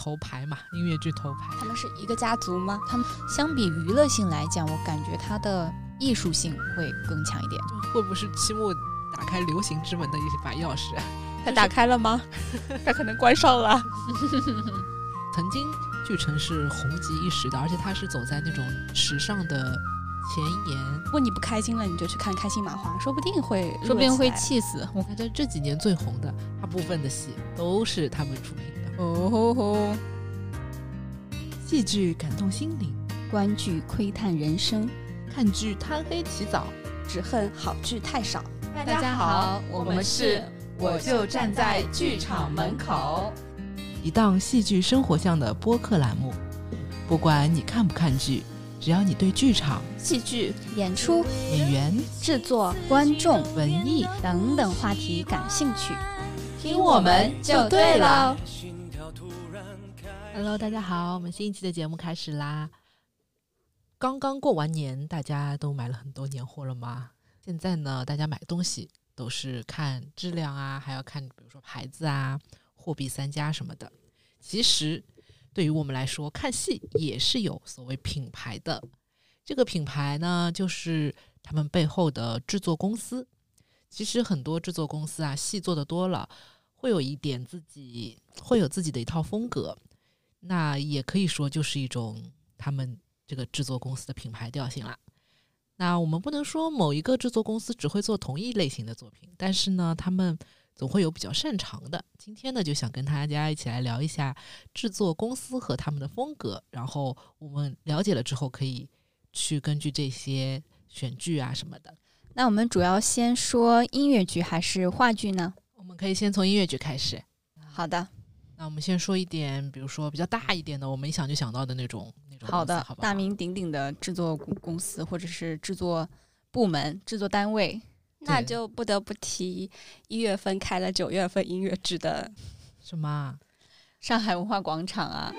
头牌嘛，音乐剧头牌。他们是一个家族吗？他们相比娱乐性来讲，我感觉它的艺术性会更强一点。会不会是期末打开流行之门的一把钥匙？啊他打开了 吗？他可能关上了。曾经巨城是红极一时的，而且它是走在那种时尚的前沿。如果你不开心了，你就去看《开心麻花》，说不定会，说不定会气死。我反正这几年最红的大部分的戏都是他们出品的。哦吼吼！戏剧感动心灵，观剧窥探人生，看剧贪黑起早，只恨好剧太少。大家好，我们是我就站在剧场门口，一档戏剧生活向的播客栏目。不管你看不看剧，只要你对剧场、戏剧、演出、演员、制作、观众、文艺等等话题感兴趣，听我们就对了。 Hello，大家好，我们新一期的节目开始啦。刚刚过完年，大家都买了很多年货了吗？现在呢，大家买东西都是看质量啊，还要看比如说牌子啊、货比三家什么的。其实，对于我们来说，看戏也是有所谓品牌的。这个品牌呢，就是他们背后的制作公司。其实很多制作公司啊，戏做的多了，会有一点自己会有自己的一套风格。那也可以说就是一种他们这个制作公司的品牌调性啦。那我们不能说某一个制作公司只会做同一类型的作品，但是呢，他们总会有比较擅长的。今天呢，就想跟大家一起来聊一下制作公司和他们的风格，然后我们了解了之后，可以去根据这些选剧啊什么的。那我们主要先说音乐剧还是话剧呢？我们可以先从音乐剧开始。好的，那我们先说一点，比如说比较大一点的，我们一想就想到的那种那种公司。好的，好不好大名鼎鼎的制作公公司或者是制作部门、制作单位，那就不得不提一月份开了九月份音乐剧的，什么啊？上海文化广场啊，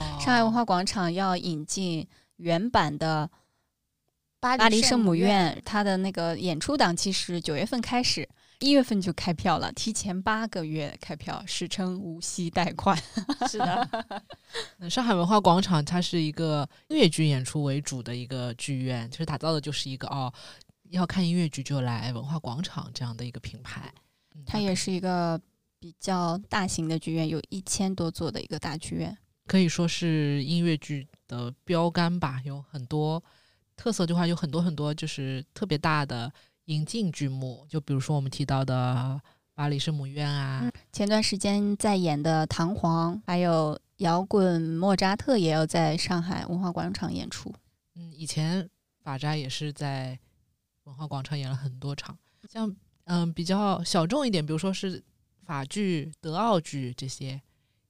哦上海文化广场要引进原版的巴巴黎圣母院，它的那个演出档期是九月份开始，一月份就开票了，提前八个月开票，史称无息贷款。 是的， 那上海文化广场，它是一个音乐剧演出为主的一个剧院，其实打造的就是一个哦，要看音乐剧就来文化广场这样的一个品牌。嗯它也是一个比较大型的剧院，有一千多座的一个大剧院。可以说是音乐剧的标杆吧，有很多特色的话，有很多很多就是特别大的引进剧目，就比如说我们提到的巴黎圣母院啊，前段时间在演的《唐璜》，还有摇滚莫扎特也要在上海文化广场演出。嗯，以前法扎也是在文化广场演了很多场，像嗯、比较小众一点，比如说是法剧、德奥剧这些，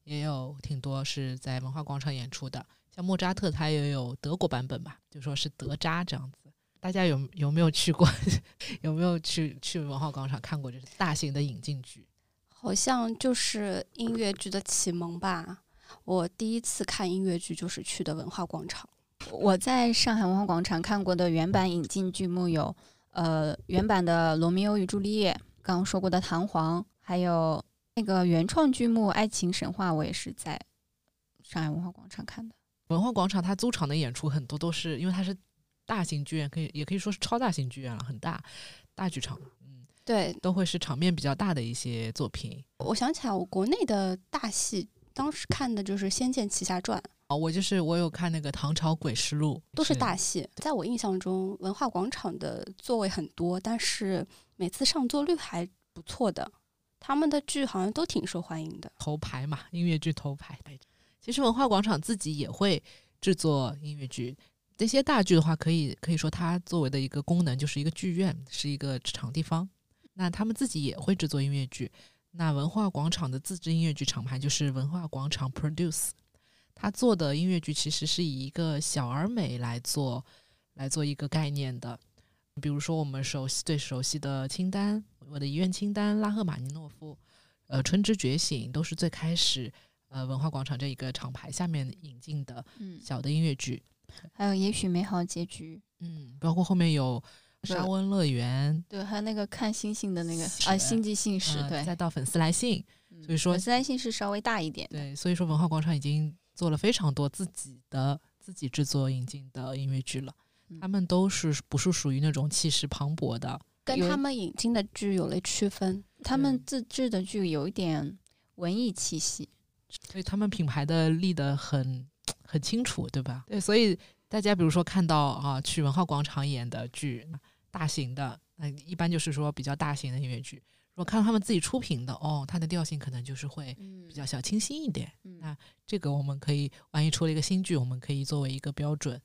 也有挺多是在文化广场演出的。像莫扎特他也有德国版本吧，就说是德扎这样子。大家有有没有去过？ 有没有去去文化广场看过这是大型的引进剧？好像就是音乐剧的启蒙吧。我第一次看音乐剧就是去的文化广场，我在上海文化广场看过的原版引进剧目有，呃，原版的《罗密欧与朱丽叶》，刚刚说过的《唐璜》，还有那个原创剧目《爱情神话》，我也是在上海文化广场看的。文化广场它租场的演出很多都是因为它是大型剧院，可以也可以说是超大型剧院了，很大大剧场。对都会是场面比较大的一些作品我想起来，我国内的大戏当时看的就是《仙剑奇侠传》，啊。我就是我有看那个《唐朝诡事录》，都是大戏。在我印象中，文化广场的座位很多，但是每次上座率还不错的。他们的剧好像都挺受欢迎的。头牌嘛，音乐剧头牌。其实文化广场自己也会制作音乐剧，这些大剧的话，可以可以说它作为的一个功能就是一个剧院，是一个场地方。那他们自己也会制作音乐剧。那文化广场的自制音乐剧厂牌就是文化广场 Produce，它做的音乐剧其实是以一个小而美来做来做一个概念的。比如说我们熟悉最熟悉的清单，我的遗愿清单、拉赫玛尼诺夫、呃《春之觉醒》都是最开始呃文化广场这一个厂牌下面引进的嗯，小的音乐剧，还有《也许美好结局嗯，包括后面有沙温乐园，对，还有那个看星星的那个是啊，星际信使，嗯对，再到粉丝来信，嗯所以说粉丝来信是稍微大一点的，对，所以说文化广场已经做了非常多自己的自己制作引进的音乐剧了，嗯他们都是不是属于那种气势磅礴的，跟有他们引进的剧有了区分。他们自制的剧有一点文艺气息，所以他们品牌的立得很很清楚，对吧？对，所以大家比如说看到啊，去文化广场演的剧，大型的，嗯、一般就是说比较大型的音乐剧。如果看到他们自己出品的，哦，它的调性可能就是会嗯比较小清新一点。嗯那这个我们可以，万一出了一个新剧，我们可以作为一个标准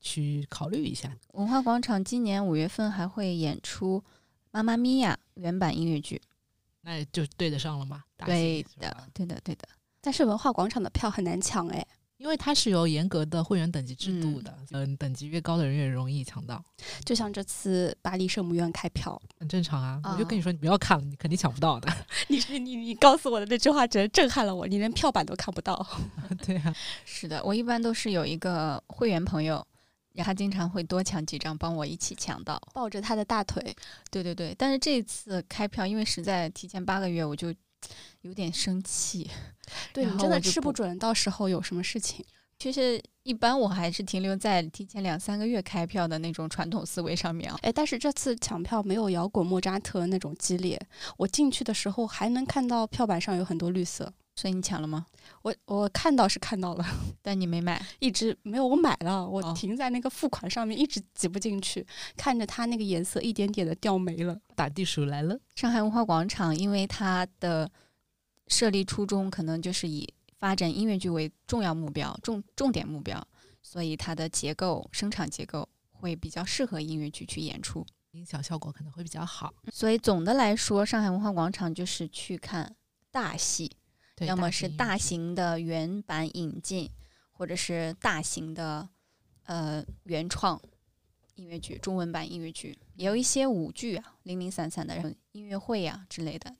去考虑一下。文化广场今年五月份还会演出《妈妈咪呀》原版音乐剧，那就对得上了嘛？大型对是的吧，对的，对的。但是文化广场的票很难抢哎，因为它是有严格的会员等级制度的，嗯、等级越高的人越容易抢到，就像这次巴黎圣母院开票， 很正常啊。我就跟哦你说，你不要看了，你肯定抢不到的。 你你你告诉我的那句话，真震撼了我，你连票版都看不到。对啊，是的，我一般都是有一个会员朋友，然后他经常会多抢几张，帮我一起抢到。抱着他的大腿，对对对，但是这次开票，因为实在提前八个月，我就有点生气。对然你后真的我就吃不不准到时候有什么事情。就是一般我还是停留在提前两三个月开票的那种传统思维上面啊。哎，但是这次抢票没有摇滚莫扎特那种激烈，我进去的时候还能看到票板上有很多绿色。所以你抢了吗？我我看到是看到了， 但你没买。一直没有我买了，哦我停在那个付款上面，一直挤不进去，看着它那个颜色一点点的掉没了。打地鼠来了，上海文化广场，因为它的设立初衷可能就是以发展音乐剧为重要目标、重重点目标，所以它的结构、生产结构会比较适合音乐剧去演出。音响效果可能会比较好。所以总的来说，上海文化广场就是去看大戏，对，要么是大型型的原版引进，或者是大型的呃原创音乐剧，中文版音乐剧，也有一些舞剧啊，零零散散的，然后音乐会啊之类的。嗯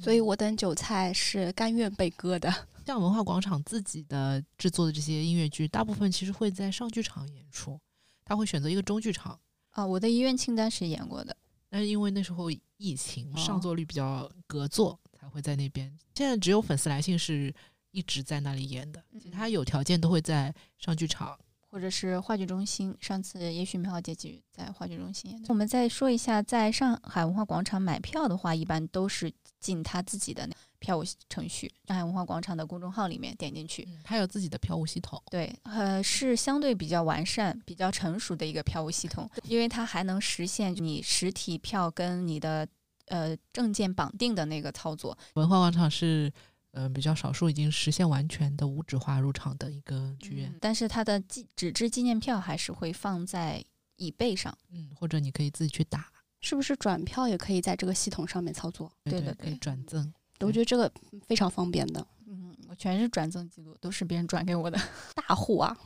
所以我等韭菜是甘愿被割的。音乐剧像文化广场自己的制作的这些音乐剧，大部分其实会在上剧场演出，他会选择一个中剧场。啊，我的遗愿清单是演过的，但是因为那时候疫情，哦上座率比较隔座，才会在那边。现在只有粉丝来信是一直在那里演的，其他有条件都会在上剧场。或者是话剧中心。上次也许苗姐姐在话剧中心演的。我们再说一下，在上海文化广场买票的话，一般都是进他自己的票务程序，上海文化广场的公众号里面点进去。嗯，他有自己的票务系统。对，呃，是相对比较完善、比较成熟的一个票务系统，因为它还能实现你实体票跟你的呃证件绑定的那个操作。文化广场是嗯、呃比较少数已经实现完全的无纸化入场的一个剧院。嗯但是它的纪纸质纪念票还是会放在椅背上。嗯，或者你可以自己去打。是不是转票也可以在这个系统上面操作？对对的嗯可以对转赠。我觉得这个非常方便的。嗯，我全是转赠记录，都是别人转给我的。大户啊。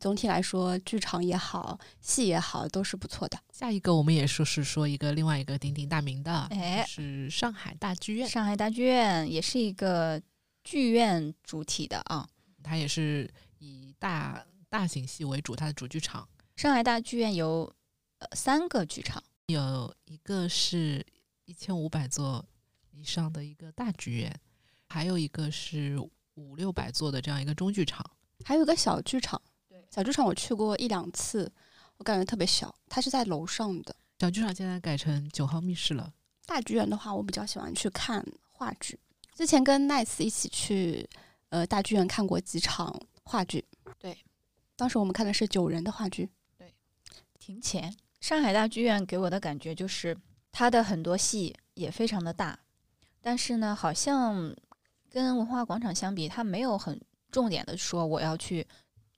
总体来说，剧场也好，戏也好，都是不错的。下一个我们也说是说一个另外一个鼎鼎大名的，哎是上海大剧院， 上海大剧院也是一个剧院主体的啊。它也是以大大型戏为主，它的主剧场上海大剧院有呃三个剧场，有一个是一千五百座以上的一个大剧院，还有一个是五六百座的这样一个中剧场。还有一个小剧场，小剧场我去过一两次，我感觉特别小。它是在楼上的。小剧场现在改成九号密室了，大剧院的话，我比较喜欢去看话剧。之前跟 Nice 一起去呃大剧院看过几场话剧。对，当时我们看的是九人的话剧。庭前。上海大剧院给我的感觉就是，它的很多戏也非常的大，但是呢，好像跟文化广场相比，它没有很重点的说我要去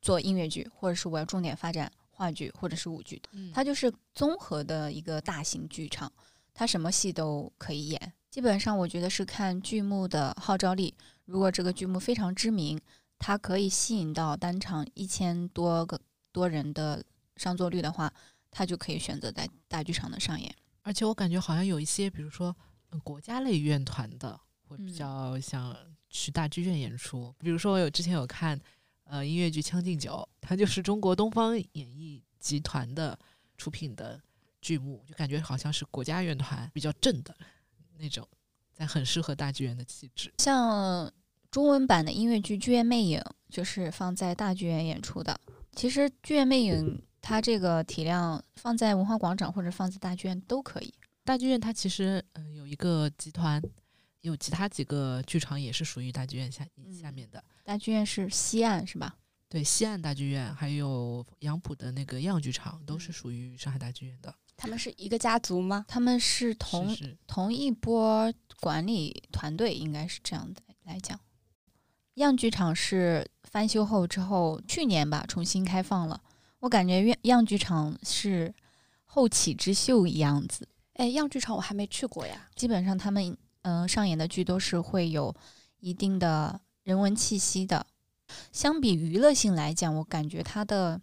做音乐剧，或者是我要重点发展话剧或者是舞剧，嗯它就是综合的一个大型剧场，它什么戏都可以演。基本上我觉得是看剧目的号召力，如果这个剧目非常知名，它可以吸引到单场一千多个多人的上座率的话，它就可以选择在大剧场的上演。而且我感觉好像有一些，比如说、嗯国家类院团的，会嗯比较想去大剧院演出。比如说，我有之前有看，呃，音乐剧《将进酒》，它就是中国东方演艺集团的出品的剧目，就感觉好像是国家院团比较正的那种，但很适合大剧院的气质。像中文版的音乐剧《剧院魅影》就是放在大剧院演出的。其实《剧院魅影》它这个体量放在文化广场或者放在大剧院都可以。大剧院它其实嗯、呃有一个集团，有其他几个剧场也是属于大剧院下下面的，大剧院是西岸是吧？对西岸大剧院还有杨浦的那个样剧场都是嗯属于上海大剧院的，他们是一个家族吗？他们是同是是同一波管理团队，应该是这样的来讲。样剧场是翻修后之后，去年吧重新开放了。我感觉样样剧场是后起之秀一样子，哎，样剧场我还没去过呀。基本上他们嗯、呃上演的剧都是会有一定的人文气息的。相比娱乐性来讲，我感觉它的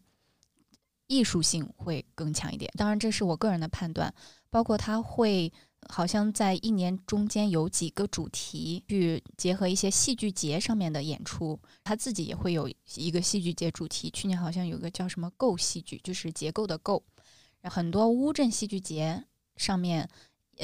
艺术性会更强一点。当然，这是我个人的判断，包括它会好像在一年中间有几个主题去结合一些戏剧节上面的演出，它自己也会有一个戏剧节主题。去年好像有个叫什么“构”戏剧，就是结构的“构”，然后很多乌镇戏剧节上面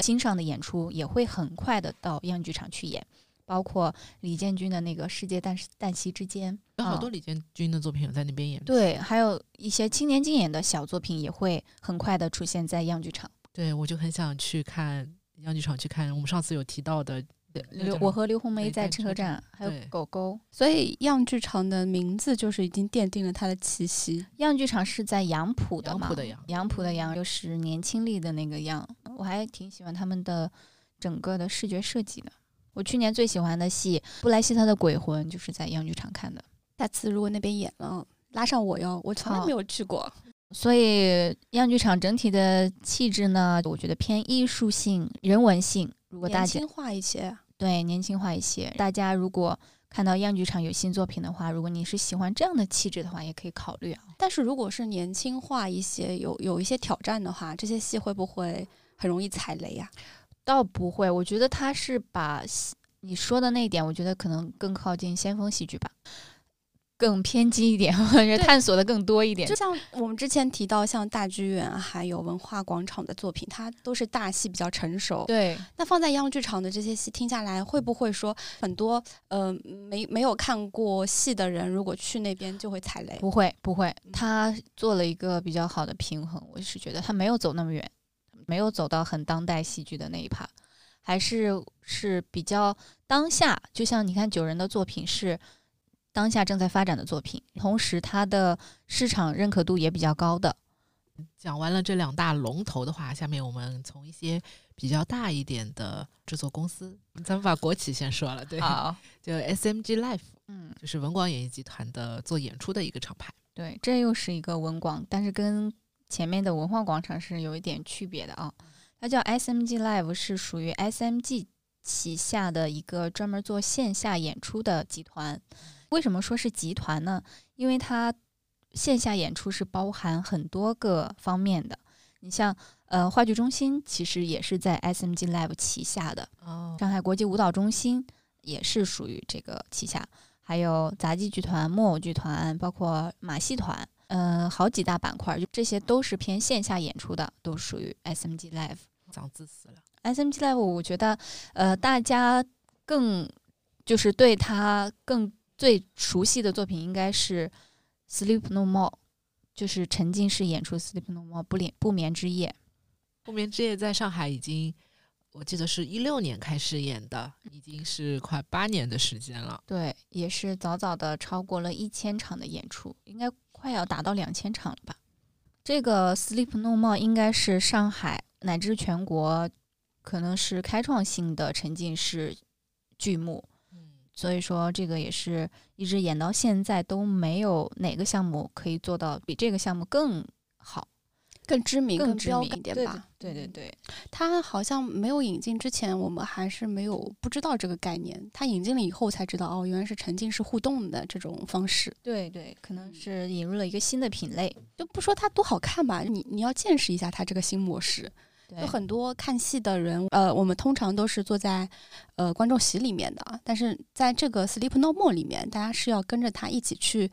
欣赏的演出也会很快的到样剧场去演，包括李建军的那个《世界旦旦夕之间》有啊好多李建军的作品有在那边演出。对，还有一些青年竞演的小作品也会很快的出现在样剧场。对，我就很想去看样剧场，去看我们上次有提到的对，那刘叫我和刘红梅对在在车车站站，还有对狗狗。所以样剧场的名字就是已经奠定了它的气息。样剧场是在杨浦的杨嘛？浦的杨杨浦的杨就是年轻力的那个杨，我还挺喜欢他们的整个的视觉设计的。我去年最喜欢的戏《布莱希特的鬼魂》就是在样剧场看的。下次如果那边演了，拉上我哟，我从来好没有去过。所以样剧场整体的气质呢，我觉得偏艺术性、人文性。如果大年家轻化一些，对年轻化一些，大家如果看到样剧场有新作品的话，如果你是喜欢这样的气质的话，也可以考虑啊。但是如果是年轻化一些，有有一些挑战的话，这些戏会不会很容易踩雷呀、倒不会，我觉得他是把西你说的那一点，我觉得可能更靠近先锋戏剧吧，更偏激一点，或者探索的更多一点就。像我们之前提到，像大剧院啊还有文化广场的作品，它都是大戏比较成熟。对，那放在央剧场的这些戏听下来，会不会说很多呃没没有看过戏的人，如果去那边就会踩雷？不会不会，他做了一个比较好的平衡，我是觉得他没有走那么远，没有走到很当代戏剧的那一趴，还是是比较当下。就像你看九人的作品是当下正在发展的作品，同时它的市场认可度也比较高的。讲完了这两大龙头的话，下面我们从一些比较大一点的制作公司，咱们把国企先说了，对，好，就 SMG Life，嗯，就是文广演艺集团的做演出的一个厂牌。对，这又是一个文广，但是跟前面的文化广场是有一点区别的啊。它叫 SMG Live，是属于 SMG 旗下的一个专门做线下演出的集团。为什么说是集团呢？因为它线下演出是包含很多个方面的。你像呃话剧中心，其实也是在 SMG Live 旗下的。哦，上海国际舞蹈中心也是属于这个旗下，还有杂技剧团、木偶剧团，包括马戏团，呃，好几大板块，就这些都是偏线下演出的，都属于 SMG Live。长自私了。 SMG Live，我觉得，呃，大家更就是对他更最熟悉的作品应该是《Sleep No More》，就是沉浸式演出《Sleep No More》不眠不眠之夜。不眠之夜在上海已经，我记得是一六年开始演的，已经是快八年的时间了。对，也是早早的超过了一千场的演出，应该快要达到两千场了吧？这个《Sleep No More》应该是上海乃至全国可能是开创性的沉浸式剧目，嗯，所以说这个也是一直演到现在都没有哪个项目可以做到比这个项目更好、更知名、更知标名杆一点吧。对对对对它好像没有引进之前，我们还是没有不知道这个概念。它引进了以后才知道，哦，原来是沉浸式互动的这种方式。对对，可嗯能是引入了一个新的品类，就不说它多好看吧，你你要见识一下它这个新模式。对有很多看戏的人，呃，我们通常都是坐在呃观众席里面的啊，但是在这个 Sleep No More 里面，大家是要跟着他一起去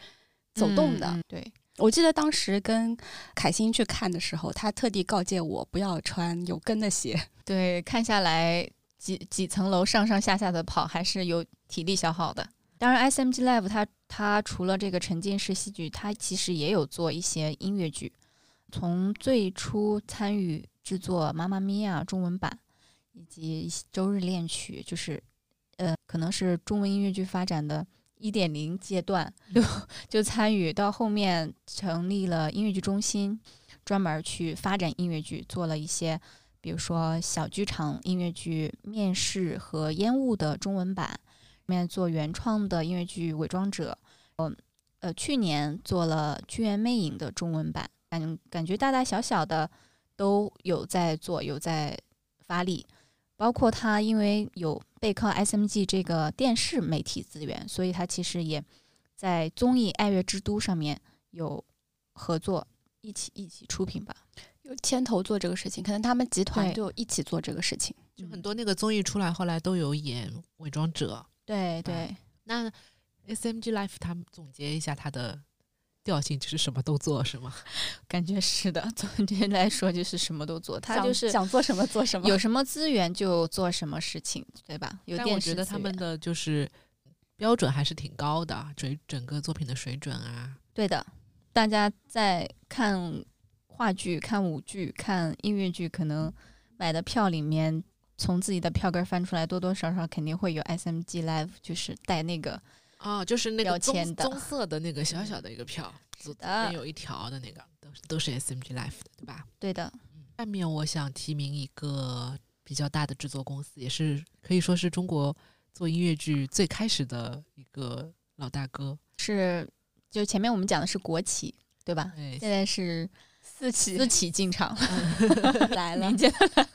走动的。嗯嗯对，我记得当时跟凯欣去看的时候，她特地告诫我不要穿有跟的鞋。对，看下来几几层楼上上下下的跑，还是有体力消耗的。当然，SMG Live 它它除了这个沉浸式戏剧，它其实也有做一些音乐剧。从最初参与制作《妈妈咪呀》中文版，以及一些周日恋曲，就是呃，可能是中文音乐剧发展的一点零阶段，就就参与到后面成立了音乐剧中心，专门去发展音乐剧，做了一些比如说小剧场音乐剧《面试》和《烟雾》的中文版，面做原创的音乐剧《伪装者》，嗯呃，去年做了《剧院魅影》的中文版，感感觉大大小小的都有在做，有在发力。包括它，因为有背靠 SMG 这个电视媒体资源，所以它其实也在综艺《爱乐之都》上面有合作，一起一起出品吧。有牵头做这个事情，可能他们集团对就一起做这个事情。嗯就很多那个综艺出来，后来都有演《伪装者》。对对，那 SMG Life 他们总结一下它的调性，就是什么都做是吗？感觉是的。总结来说，就是什么都做，他想就是想做什么做什么。有什么资源就做什么事情，对吧？有但电我视啊觉得他资们源的就是标准还是挺高的，整整个作品的水准啊。对的，大家在看话剧、看舞剧、看音乐剧，可能买的票里面，从自己的票根翻出来，多多少少肯定会有 SMG Live，就是带那个啊，就是那个标棕签的嗯棕色的那个小小的一个票，左左的边有一条的那个，都是都是 SMG Life 的，对吧？对的，下面我想提名一个比较大的制作公司，也是可以说是中国做音乐剧最开始的一个老大哥。是就前面我们讲的是国企，对吧？对现在是四起私企嗯进场 来了民，间，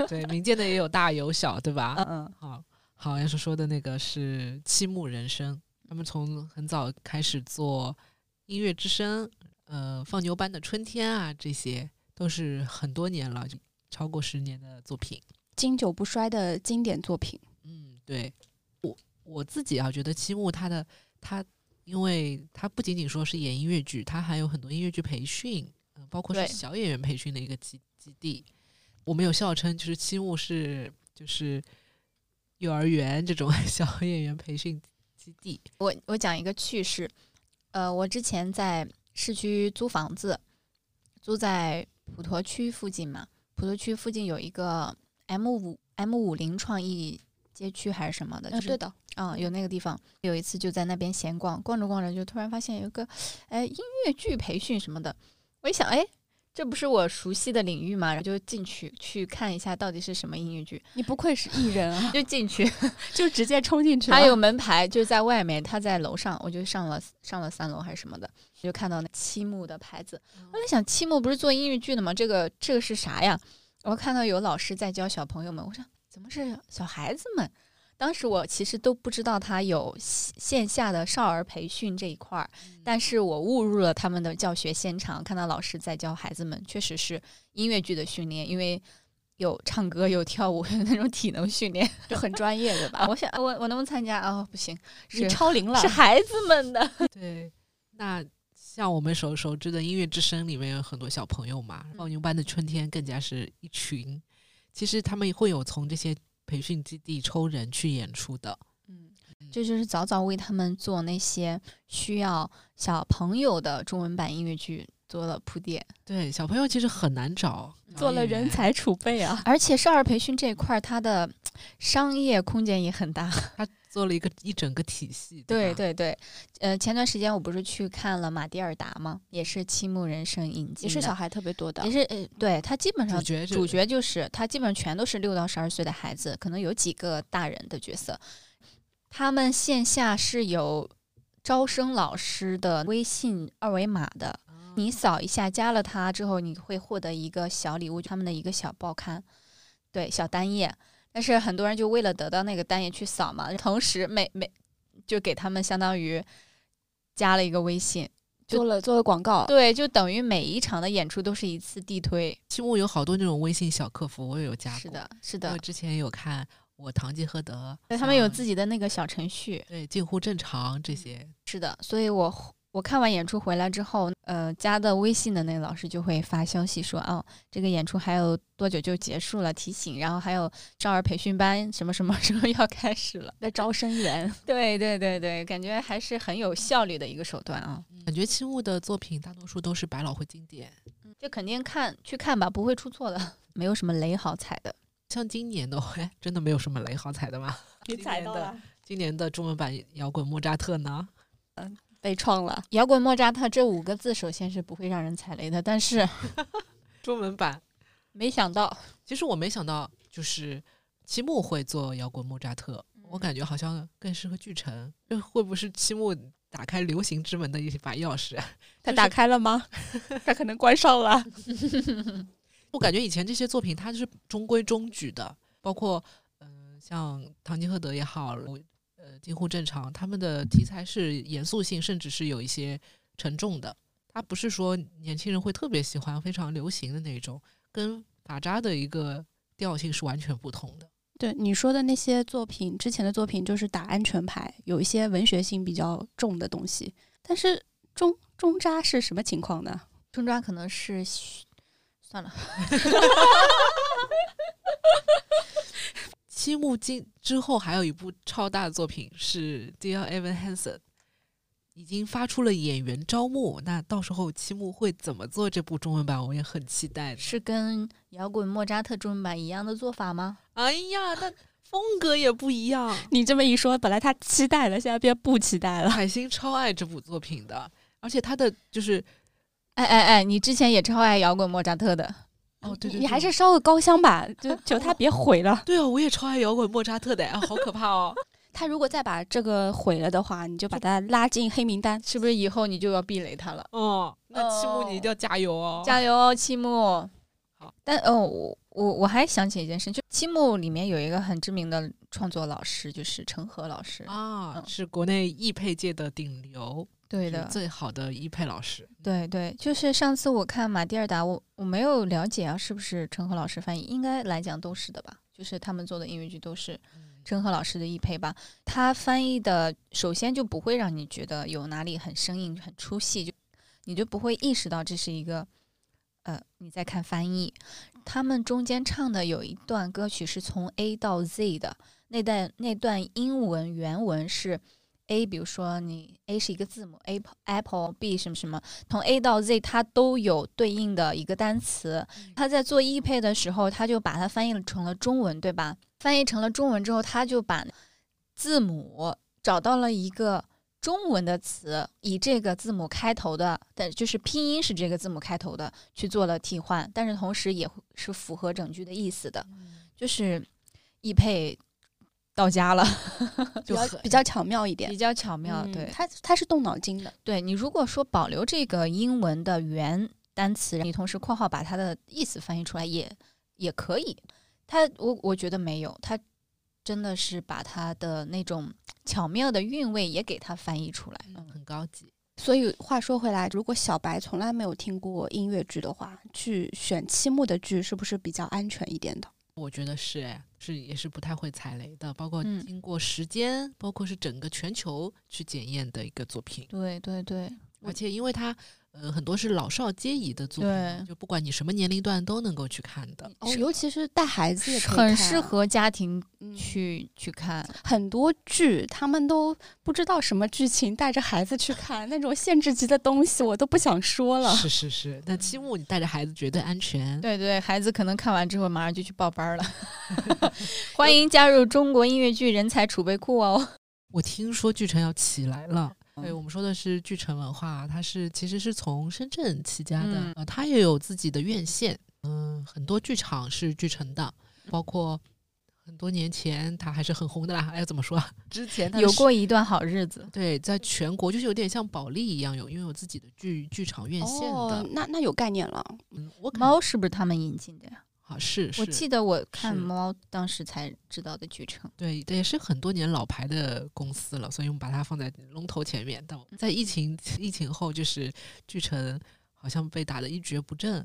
对，民间的也有大有小，对吧？嗯嗯，好，好像是说的那个是七木人生，他们从很早开始做音乐之声，呃，放牛班的春天啊，这些都是很多年了，就超过十年的作品。经久不衰的经典作品。嗯，对我我自己啊，觉得七木他的他，因为他不仅仅说是演音乐剧，他还有很多音乐剧培训，嗯、包括是对小演员培训的一个基基地。我们有笑称，就是七木是就是幼儿园这种 小演员培训基地。我我讲一个趣事，呃，我之前在市区租房子，租在普陀区附近嘛。普陀区附近有一个 M 五 M 五零创意街区还是什么的，就是、呃对的，嗯，有那个地方，有一次就在那边闲逛，逛着逛着就突然发现有个，哎，音乐剧培训什么的。我一想，哎，这不是我熟悉的领域嘛，然后就进去去看一下到底是什么音乐剧，你不愧是艺人啊，就进去，就直接冲进去了。他有门牌，就在外面，他在楼上，我就上了上了三楼还是什么的，就看到那七木的牌子。我在想，七木不是做音乐剧的吗？这个这个是啥呀？我看到有老师在教小朋友们，我说怎么是小孩子们？当时我其实都不知道他有线线下的少儿培训这一块儿，但是我误入了他们的教学现场，看到老师在教孩子们，确实是音乐剧的训练，因为有唱歌有跳舞，有那种体能训练。就很专业，对 啊，吧？我想我我能不能参加？哦，不行， 你是超龄了是，孩子们的。对，那像我们熟熟知的音乐之声里面有很多小朋友嘛，放牛班的春天更加是一群。其实他们会有从这些培训基地抽人去演出的。嗯， 这就是早早为他们做那些需要小朋友的中文版音乐剧做了铺垫，对，小朋友其实很难找，嗯做了人。才储备啊。而且少儿培训这一块儿，它的嘖商业空间也很大。 他做了一个一整个体系，对吧对对，呃，前段时间我不是去看了《马蒂尔达》吗？也是七木人生引进的， 也是小孩特别多的也，是呃，对他基本上主角这主个角就是他，基本上全都是六到十二岁的孩子，可能有几个大人的角色。他们线下是有招生老师的微信二维码的，嗯你扫一下，加了他之后，你会获得一个小礼物，他们的一个小报刊，对，小单页。但是很多人就为了得到那个单页去扫嘛，同时每每就给他们相当于加了一个微信，做了做了广告，对，就等于每一场的演出都是一次地推。七木有好多那种微信小客服，我也有加过。是的，是因的为，之前有看我堂吉诃德，啊对他们有像自己的那个小程序。嗯对近乎正常这些，是的，所以我后我看完演出回来之后，呃，加的微信的那个老师就会发消息说，哦，这个演出还有多久就结束了，提醒，然后还有少儿培训班什么什么 时候要开始了。在招生员，对对对对，感觉还是很有效率的一个手段啊。感觉青木的作品大多数都是百老汇经典，这肯定看去看吧，不会出错的，没有什么雷好踩的。像今年的话， 哎，真的没有什么雷好踩的吗？你踩到了。今年的中文版摇滚莫扎特呢？被创了，摇滚莫扎特这五个字首先是不会让人踩雷的，但是中文版，没想到其实我没想到，就是七木会做摇滚莫扎特，我感觉好像更适合巨城。这会不会是七木打开流行之门的一把钥匙？啊他打开了吗？他可能关上了。我感觉以前这些作品它就是中规中矩的，包括嗯、呃像《堂吉诃德》也好，呃，《近乎正常》，他们的题材是严肃性，甚至是有一些沉重的。它不是说年轻人会特别喜欢、非常流行的那种，跟法扎的一个调性是完全不同的。 对你说的那些作品，之前的作品就是打安全牌，有一些文学性比较重的东西。但是中中渣是什么情况呢？中抓可能是嘘算了，七木今之后还有一部超大的作品是 Dear Evan Hansen，已经发出了演员招募，那到时候七木会怎么做这部中文版，我也很期待的。是跟摇滚莫扎特中文版一样的做法吗？哎呀，那风格也不一样。你这么一说，本来他期待了，现在变不期待了。海星超爱这部作品的，而且他的就是哎哎哎，你之前也超爱摇滚莫扎特的，哦，对对对，你还是烧个高香吧，就 求他别毁了。对哦，我也超爱摇滚莫扎特的呀，好可怕哦！他如果再把这个毁了的话，你就把他拉进黑名单。是不是以后你就要避雷他了？哦，那七木你一定要加油哦！加油哦，七木好！但哦，我我我还想起一件事，就七木里面有一个很知名的创作老师，就是陈和老师。啊，嗯是国内艺配界的顶流，对是最好的艺配老师。对对，就是上次我看马蒂尔达，我我没有了解啊，是不是陈赫老师翻译？应该来讲都是的吧，就是他们做的音乐剧都是陈赫老师的译配吧。他翻译的首先就不会让你觉得有哪里很生硬、很出戏，就你就不会意识到这是一个呃你在看翻译。他们中间唱的有一段歌曲是从 A 到 Z 的，那段那段英文原文是 A，比如说你 A 是一个字母 Apple Apple B 什么什么。从 A 到 Z 它都有对应的一个单词。嗯他在做译配的时候，他就把它翻译成了中文，对吧？翻译成了中文之后，他就把字母找到了一个中文的词，以这个字母开头的，但就是拼音是这个字母开头的去做了替换，但是同时也会是符合整句的意思的，嗯就是译配到家了，比就较很比较巧妙一点比。较巧妙，嗯对。他他是动脑筋的。对你如果说保留这个英文的原单词，你同时括号把它的意思翻译出来也也可以。他我我觉得没有，他真的是把他的那种巧妙的韵味也给他翻译出来。嗯，很高级。所以话说回来，如果小白从来没有听过音乐剧的话，去选七幕的剧是不是比较安全一点的？我觉得是哎，是也是不太会踩雷的，包括嗯经过时间，包括是整个全球去检验的一个作品。对对对，而且因为它呃很多是老少皆宜的作品，对就不管你什么年龄段都能够去看的。哦，尤其是带孩子也可以看啊很适、合家庭嗯去去看。很多剧，他们都不知道什么剧情，带着孩子去看那种限制级的东西，我都不想说了。是是是，那七木你带着孩子绝对安全。对对，孩子可能看完之后马上就去报班儿了。 欢迎加入中国音乐剧人才储备库哦！我听说巨城要起来了。嗯对，我们说的是巨城文化，它是其实是从深圳起家的，嗯呃，它也有自己的院线，嗯，很多剧场是巨城的，包括很多年前它还是很红的啦。哎呀，怎么说啊？ 之前它的有市过一段好日子。对，在全国就是有点像保利一样，有拥有自己的剧剧场院线的。哦，那那有概念了。嗯，我感猫是不是他们引进的呀？啊是是，我记得我看是猫当时才知道的剧城。对，这也是很多年老牌的公司了，所以我们把它放在龙头前面。但嗯在疫情疫情后，就是巨城好像被打得一蹶不振。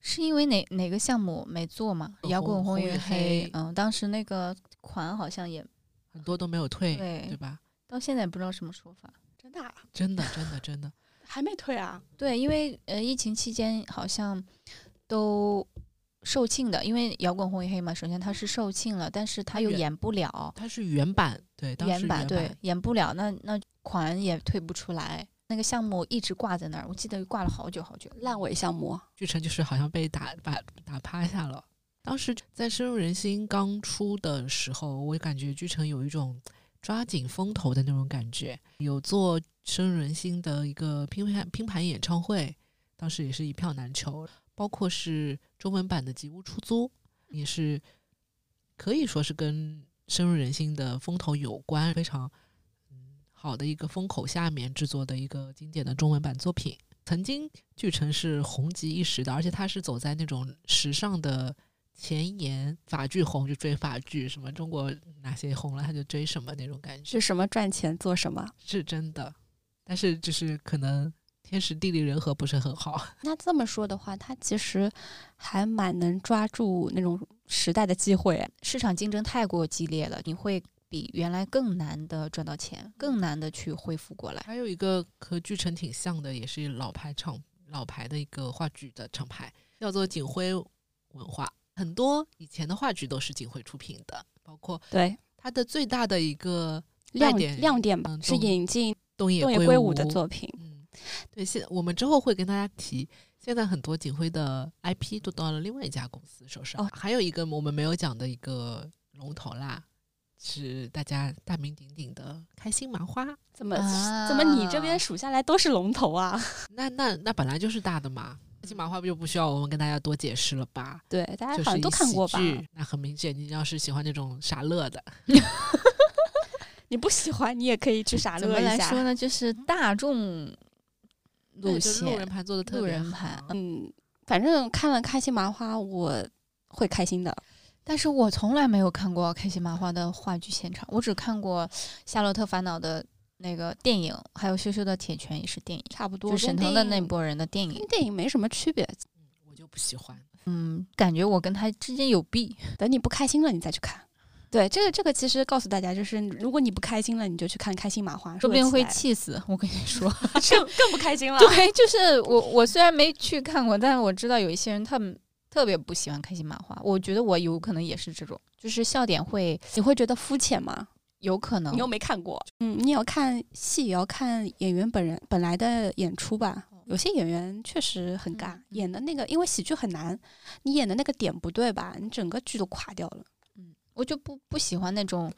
是因为哪哪个项目没做嘛？呃摇滚红红红与与黑黑，嗯，当时那个款好像也很多都没有退，对吧？到现在不知道什么说法。真的、啊、真的真的真的，还没退啊？对，因为呃，疫情期间好像都售罄的，因为摇滚红与黑嘛，首先它是售罄了，但是它又原演不了，它是原版，对，当时原版版对演不了，那那款也退不出来，那个项目一直挂在那儿，我记得挂了好久好久。烂尾项目，巨城就是好像被打把打趴下了。当时在深入人心刚出的时候，我感觉巨城有一种抓紧风头的那种感觉，有做深入人心的一个拼盘拼盘演唱会，当时也是一票难求，包括是中文版的《吉屋出租》，也是可以说是跟深入人心的风头有关，非常嗯好的一个风口下面制作的一个经典的中文版作品。曾经巨城是红极一时的，而且它是走在那种时尚的前沿，法剧红就追法剧，什么中国哪些红了他就追什么那种感觉，是什么赚钱做什么？是真的。但是就是可能天时地利人和不是很好， 那这么说的话，它其实还蛮能抓住那种时代的机会。市场竞争太过激烈了，你会比原来更难的赚到钱，更难的去恢复过来。还有一个和巨城挺像的，也是老牌厂老牌的一个话剧的厂牌，叫做锦辉文化。很多以前的话剧都是锦辉出品的，包括对，它的最大的一个卖亮点亮点吧，嗯是东引进东野东野圭圭吾的作品。嗯，对，现我们之后会跟大家提，现在很多景辉的 IP 都到了另外一家公司手上。哦还有一个我们没有讲的一个龙头啦，是大家大名鼎鼎的开心麻花。怎么、啊怎么你这边数下来都是龙头 啊？那那那本来就是大的嘛，开心麻花就不需要我们跟大家多解释了吧？对，大家就是好像以都看喜过吧？剧那很明显，你要是喜欢那种傻乐的，你不喜欢，你也可以去傻 怎么乐一来下。 说呢？就是大众对 路就是路线人，盘做的特路别人好盘嗯，反正看了开心麻花，我会开心的。但是我从来没有看过开心麻花的话剧现场，我只看过《夏洛特烦恼》的那个电影，还有《羞羞的铁拳》也是电影，差不多就跟沈腾的那电影波人的电影跟。电影没什么区别。我就不喜欢。嗯，感觉我跟他之间有弊。等你不开心了，你再去看。对，这个这个其实告诉大家，就是如果你不开心了，你就去看开心麻花，说不不定会气死。我跟你说， 更更不开心了。对，就是我我虽然没去看过，但我知道有一些人他们特别不喜欢开心麻花。我觉得我有可能也是这种，就是笑点会你会觉得肤浅吗？有可能你又没看过，嗯，你也要看戏，也要看演员本人本来的演出吧。有些演员确实很尬，嗯嗯演的那个因为喜剧很难，你演的那个点不对吧，你整个剧都垮掉了。我就不不喜欢那种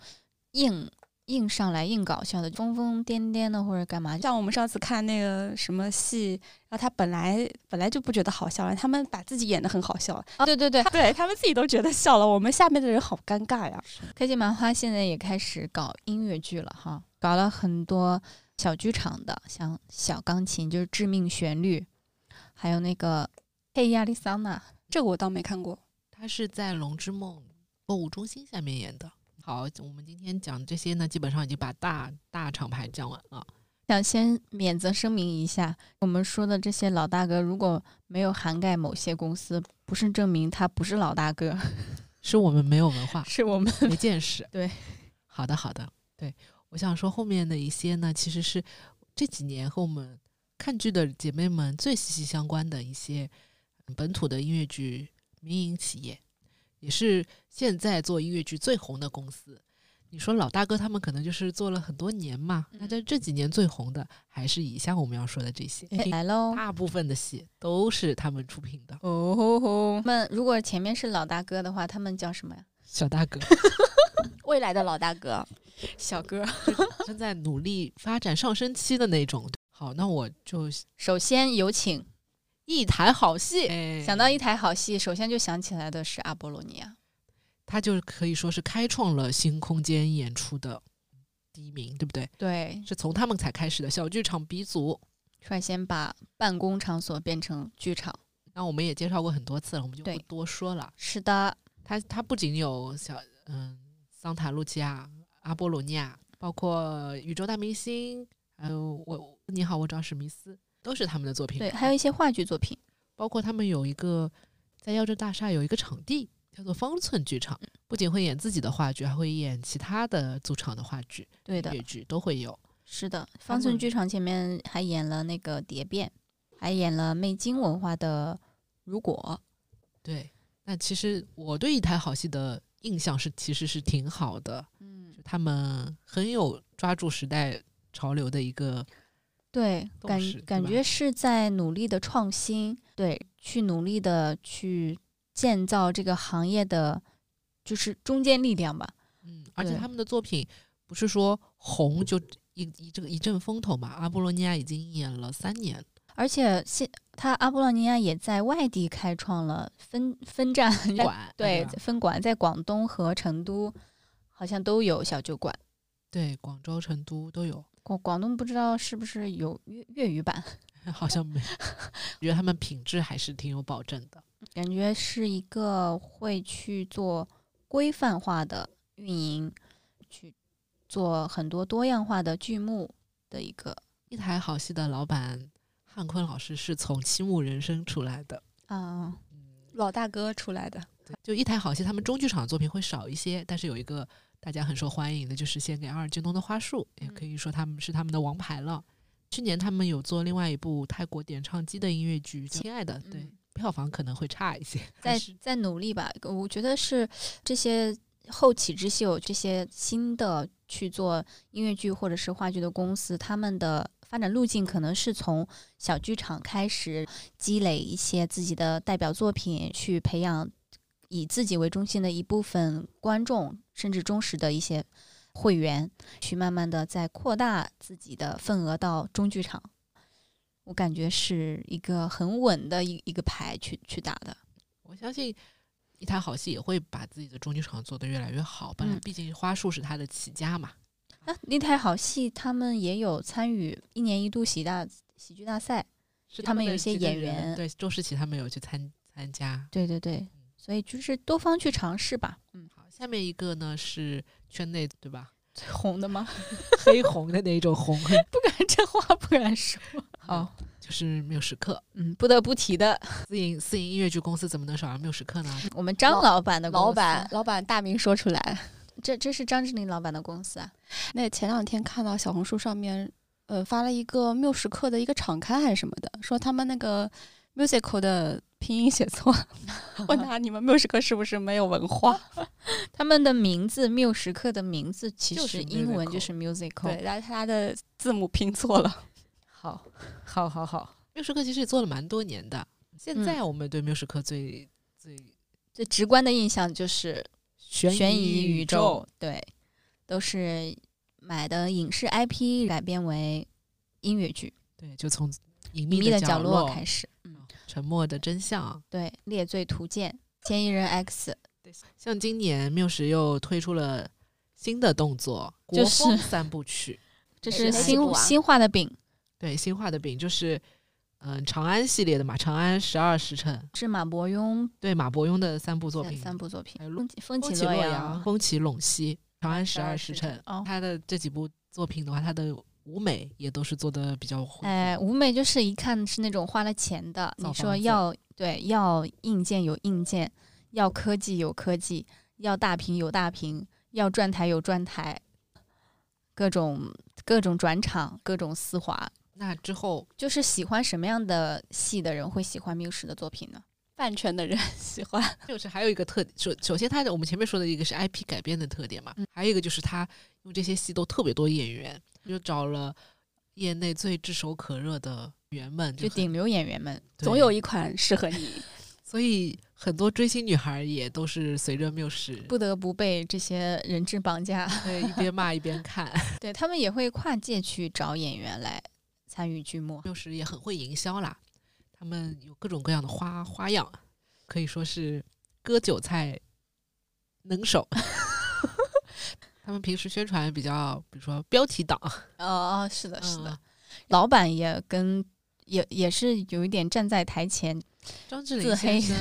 硬硬上来硬搞笑的，疯疯癫癫的或者干嘛。像我们上次看那个什么戏，然后他本来本来就不觉得好笑了，他们把自己演的很好笑，啊，对对对，对他们自己都觉得笑了，我们下面的人好尴尬呀。开心麻花现在也开始搞音乐剧了哈，搞了很多小剧场的，像小钢琴就是致命旋律，还有那个嘿亚利桑那，这个我倒没看过。他是在《龙之梦》购物中心下面演的。好，我们今天讲这些呢，基本上已经把大大厂牌讲完了。想先免责声明一下，我们说的这些老大哥如果没有涵盖某些公司，不是证明他不是老大哥， ，是我们没有文化是我们 没见识。对，好的，好的。对，我想说后面的一些呢，其实是这几年和我们看剧的姐妹们最息息相关的一些嗯本土的音乐剧民营企业，也是现在做音乐剧最红的公司。你说老大哥他们可能就是做了很多年嘛，那这这几年最红的还是以下我们要说的这些。哎来喽。大部分的戏都是他们出品的。哦吼吼！他们如果前面是老大哥的话，他们叫什么呀？小大哥未来的老大哥，小哥。 正在努力发展上升期的那种。好，那我就首先有请，一台好戏。哎想到一台好戏，首先就想起来的是阿波罗尼亚。他就可以说是开创了新空间演出的第一名，对不对？对，是从他们才开始的小剧场鼻祖。率先把办公场所变成剧场。那我们也介绍过很多次了，我们就对不多说了。是的，他他不仅有小嗯桑塔露琪亚、阿波罗尼亚，包括宇宙大明星，还有我你好，我找史密斯，都是他们的作品。对，还有一些话剧作品。包括他们有一个在耀正大厦有一个场地叫做方寸剧场，嗯不仅会演自己的话剧，还会演其他的租场的话剧、对的音乐，剧都会有。是的，方寸们剧场前面还演了那个《蝶变》，还演了魅金文化的《如果对，那其实我对一台好戏的印象是，其实是挺好的，》。嗯就，他们很有抓住时代潮流的一个，对，斗感士对感吧觉是在努力的创新，对，去努力的去建造这个行业的就是中坚力量吧。嗯，而且对他们的作品不是说红就一一这个一阵风头嘛，阿波罗尼亚已经演了三年，而且现他阿波罗尼亚也在外地开创了分分站在馆对吧分馆，在广东和成都好像都有小酒馆。对，广州、成都都有，广广东不知道是不是有粤粤语版，好像没，觉得他们品质还是挺有保证的。感觉是一个会去做规范化的运营，去做很多多样化的剧目的一个一台好戏的老板汉坤老师是从七木人生出来的，啊、老大哥出来的，就一台好戏，他们中剧场的作品会少一些，但是有一个大家很受欢迎的，就是献给阿尔金东的花束，也可以说他们是他们的王牌了。去年他们有做另外一部泰国点唱机的音乐剧《亲爱的》，对，嗯票房可能会差一些，但在是在努力吧。我觉得是这些后起之秀，这些新的去做音乐剧或者是话剧的公司，他们的发展路径可能是从小剧场开始积累一些自己的代表作品，去培养以自己为中心的一部分观众，甚至忠实的一些会员，去慢慢的再扩大自己的份额到中剧场。我感觉是一个很稳的一一个牌去去打的。我相信。一台好戏也会把自己的中剧场做得越来越好，本来嗯毕竟花束是他的起家嘛，那那台好戏，他们也有参与一年一度喜大喜剧大赛。是他们的有一些其中演人员对周世奇他们有去参参加。对对对，所以就是多方去尝试吧。 嗯，好，下面一个呢是圈内对 吧，最红的吗？黑红的那一种 红，不敢， 这话不敢说。哦，就是缪时克。嗯，不得不提的，私营私营音乐剧公司怎么能少了缪时克呢？我们张老老板的公司老板，，老板大名说出来。这这是张智霖老板的公司啊。那前两天看到小红书上面，呃，发了一个缪时克的一个场刊还是什么的，说他们那个 musical 的拼音写错了， 我拿你们缪时克是不是没有文化？他们的名字缪时克的名字其就实是英文 musical 就是 musical。 对，但是他的字母拼错 了。好，好，好，好，缪时克其实也做了蛮多年的。现在我们对缪时克最、最最直观的印象就是悬悬疑疑宇宙，，对，都是买的影视 IP 改编为音乐剧，对，就从隐《秘秘的角角落》开始，嗯，沉默的真相。对，《猎罪图鉴》《嫌疑人 X》，像今年缪时又推出了新的动作，就国风是三部曲。这哪是哪几新部啊新画的饼，对，新画的饼就是嗯、长安系列的嘛，《长安十二时辰》是马伯庸对马伯庸的三部作三品，三部作品还有， 《风风起起洛洛阳阳、》风起陇西、长安十12二时时辰辰哦。他的这几部作品的话，他的舞美也都是做的比较恢哎，复。舞美就是一看是那种花了钱的，造你说房子要对要硬件有硬件，要科技有科技，要大屏有大屏，要转台有转台，各种各种转场，各种丝滑，那之后，就是喜欢什么样的戏的人会喜欢缪氏的作品呢？饭圈的人喜欢，就是还有一个特，首首先它的我们前面说的一个是 IP 改编的特点嘛，还有一个就是他用这些戏都特别多演员，就找了业内最炙手可热的演员们，就很顶流演员们，对总有一款适合你。所以很多追星女孩也都是随着缪时，不得不被这些人质绑架。 对，一边骂一边看。对他们也会跨界去找演员来参与剧目。就是也很会营销啦，他们有各种各样的花花样，可以说是割韭菜能手。 他们平时宣传比较，比如说标题党，哦哦，是的，是的，嗯老板也跟也也是有一点站在台前，张智自霖先黑生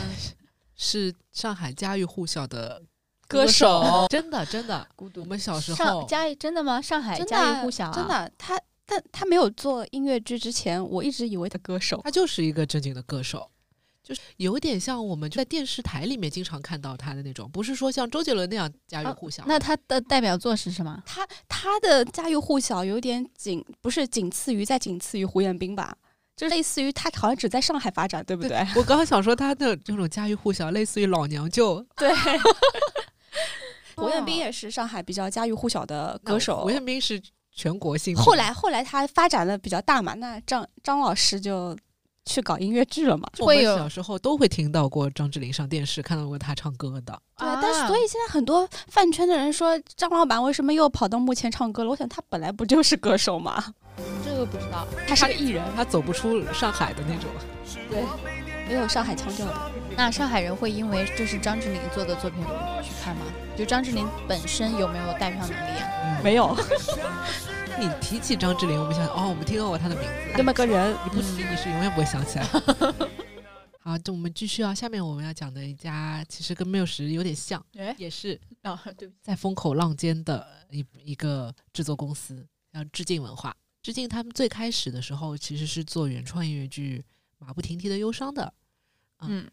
是上海家喻户晓的歌手手，真的真的，我们小时上候家喻真的吗？上海真的家啊喻户晓、啊，真的啊，他但他没有做音乐剧之前，我一直以为他歌手。他就是一个正经的歌手，就是有点像我们在电视台里面经常看到他的那种，不是说像周杰伦那样家喻户晓。啊那他的代表作是什么？他他的家喻户晓，有点仅不是仅次于再仅次于胡彦斌吧，就类似于他好像只在上海发展，对不对？我刚刚想说他的这种家喻户晓，类似于老娘舅对。 哦胡彦斌也是上海比较家喻户晓的歌手胡，彦斌是全国性的。后来后来他发展的比较大嘛，那张张老师就去搞音乐剧了嘛。就我们会有小时候都会听到过张智霖上电视，看到过他唱歌的。对，但啊是所以现在很多饭圈的人说张老板为什么又跑到幕前唱歌了？我想他本来不就是歌手吗？这个不知道。他是个艺人，他走不出上海的那种。对，没有上海腔调的。那上海人会因为就是张智霖做的作品去看吗？就张智霖本身有没有带票能力啊？没有你提起张智霖，我们想哦，我们听到过他的名字，那么个 人，你不提你是永远不会想起来。 好，就我们继续啊，下面我们要讲的一家其实跟缪什有点像，哎，也是啊，对不起，在风口浪尖的一一个制作公司，叫致敬文化。致敬他们最开始的时候其实是做原创音乐剧《马不停蹄的忧伤》的，嗯，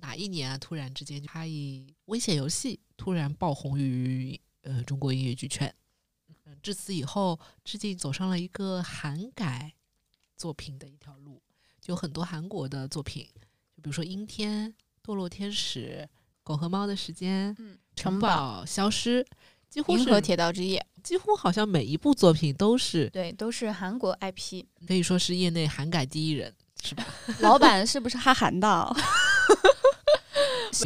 哪一年啊？突然之间，他以《危险游戏》突然爆红于呃中国音乐剧圈。嗯，至此以后，致敬走上了一个韩改作品的一条路，就很多韩国的作品，就比如说《阴天》《堕落天使》《狗和猫的时间》嗯城城堡消失》，几乎银河是铁道之夜，几乎好像每一部作品都是对，都是韩国 IP。可以说是业内韩改第一人，是吧？老板是不是哈韩的？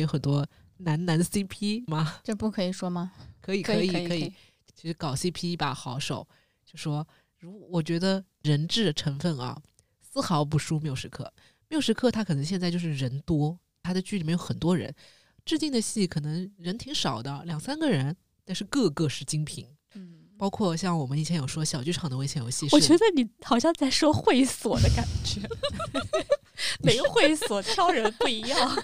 有很多男男 CP 吗？这不可以说吗？可以，以以，可可以。，其实搞 CP 一把好手，就说如我觉得人质的成分啊，丝毫不输缪时刻。缪时刻他可能现在就是人多，他的剧里面有很多人，致敬的戏可能人挺少的，两三个人，但是个个是精品。嗯，包括像我们以前有说小剧场的危险游戏是，我觉得你好像在说会所 的感觉，每个会所挑人不一样。啊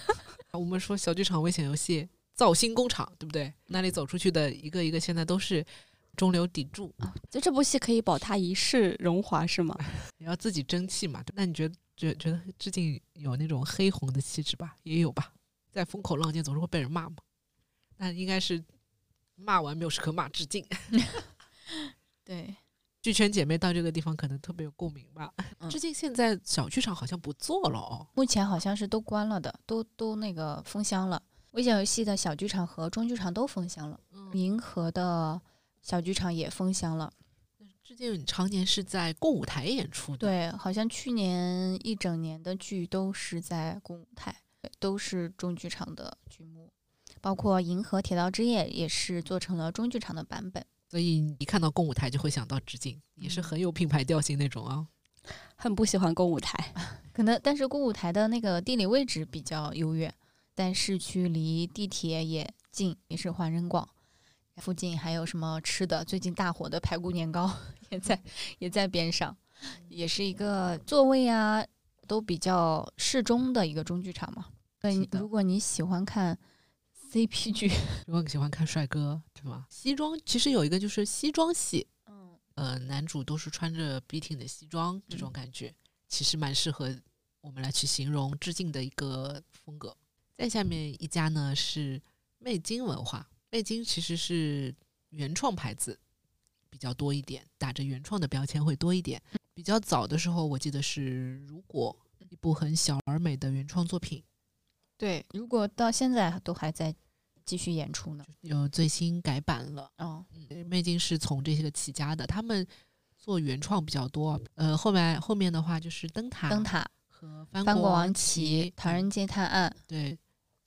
我们说小剧场危险游戏造星工厂，对不对？那里走出去的一个一个，现在都是中流砥柱， 就这部戏可以保他一世荣华是吗？你要自己争气嘛。那你觉得觉觉得致敬有那种黑红的气质吧？也有吧，在风口浪尖总是会被人骂嘛。那应该是骂完缪时刻骂致敬， 对，剧圈姐妹到这个地方可能特别有共鸣吧。嗯致敬现在小剧场好像不做了哦，目前好像是都关了的，都都那个封箱了。危险游戏的小剧场和中剧场都封箱了，银河的小剧场也封箱了。致敬常年是在共舞台演出的，对，好像去年一整年的剧都是在公舞台，对都是中剧场的剧目，包括《银河铁道之夜》也是做成了中剧场的版本。所以一看到共舞台就会想到致敬，也嗯是很有品牌调性那种啊。很不喜欢公舞台，可能，但是公舞台的那个地理位置比较优越，但市区离地铁也近，也是环人广。附近还有什么吃的？最近大火的排骨年糕也在也在边上，也是一个座位啊都比较适中的一个中剧场嘛。是对，的如果你喜欢看 CP 剧，如果你喜欢看帅哥，对吗？西装其实有一个就是西装戏，嗯，呃，男主都是穿着笔挺的西装，这种感觉、其实蛮适合我们来去形容致敬的一个风格。再下面一家呢是魅晶文化，魅晶其实是原创牌子比较多一点，打着原创的标签会多一点。比较早的时候，我记得是如果一部很小而美的原创作品，对， 如果到现在都还在继续演出呢，有最新改版了。哦，嗯魅晶是从这些个起家的，他们做原创比较多。呃，后面后面的话就是灯塔、灯塔、和翻翻国国王旗嗯旗、、唐人街探案，对，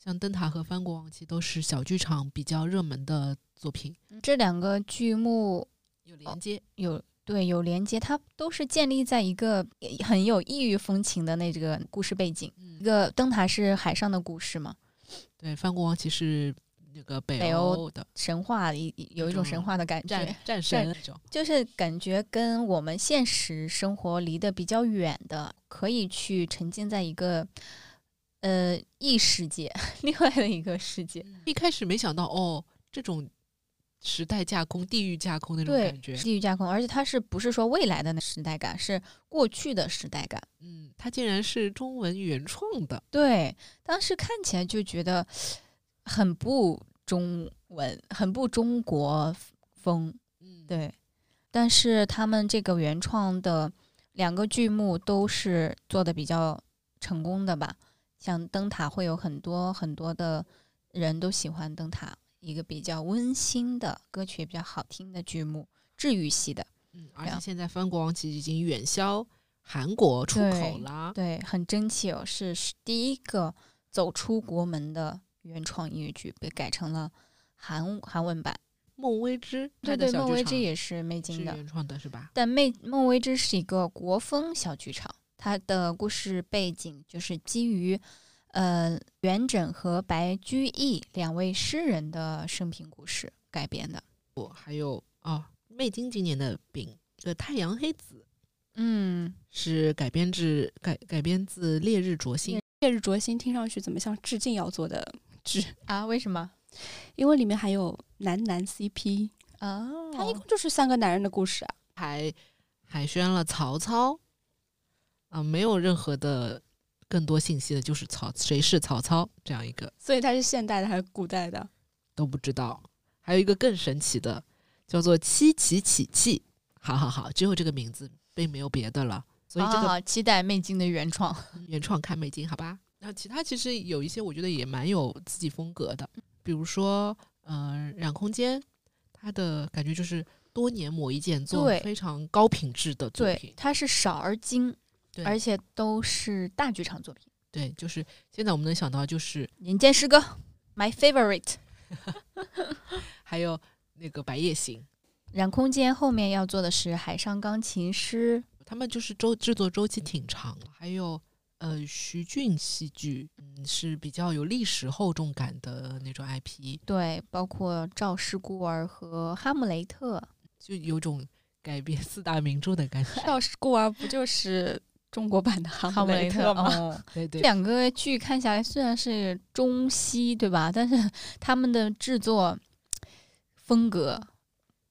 像灯塔和翻国王旗都是小剧场比较热门的作品，这两个剧目有哦连接。有对有连接，它都是建立在一个呃很有异域风情的那这个故事背景。嗯一，个灯塔是海上的故事嘛，对，翻国王旗是那个北北欧欧的神话一有一种嗯神话的感战觉，战神那种。 就是感觉跟我们现实生活离得比较远的，可以去沉浸在一个呃 异世界，另外的一个世界。一开始没想到哦，这种时代架空、地域架空那种对感觉，。地域架空，而且它是不是说未来的那时代感，是过去的时代感。嗯，它竟然是中文原创的，对，当时看起来就觉得很不中文，很不中国风。嗯，对，但是他们这个原创的两个剧目都是做的比较成功的吧，像灯塔会有很多很多的人都喜欢灯塔，一个比较温馨的歌曲也比较好听的剧目，治愈系的，嗯，而且两现在翻国王其实已经远销韩国出口对啦。对，很争气哦，是是第一个走出国门的原创音乐剧，被改成了韩韩文版。孟薇之，她对的对，小孟剧薇之场也是魅晶是的，原创的，是吧？但妹孟薇之是一个国风小剧场，它的故事背景就是基于呃元稹和白居易两位诗人的生平故事改编的。我还有哦，魅晶今年的饼，这个太阳黑子嗯，是改编自改改编自《烈日灼心》。烈日灼心听上去怎么像致敬要做的剧？啊，为什么？因为里面还有男男 CP，哦，它一共就是三个男人的故事啊。还海宣了曹操，啊、没有任何的更多信息的，就是曹谁是曹操这样一个所以它是现代的还是古代的？都不知道。还有一个更神奇的，叫做七奇起气，好好好，只有这个名字，并没有别的了。所以好这好个哦好，期待魅晶的原创。原创看美金，好吧？然后其他其实有一些我觉得也蛮有自己风格的，比如说，嗯、染空间，它的感觉就是多年磨一剑做对非常高品质的作品对，，它是少而精，对而且都是大剧场作品，对，就是现在我们能想到就是民间诗歌，my favorite。还有那个白夜行，染空间后面要做的是海上钢琴师，他们就是周制作周期挺长的。还有呃，徐俊戏剧，嗯，是比较有历史厚重感的那种 IP，对，包括《赵氏孤儿》和《哈姆雷特》。就有种改编四大名著的感觉。 赵氏孤儿不就是中国版的哈哈姆雷特吗？哦， 对对这，两个剧看下来虽然是中西对吧，但是他们的制作风格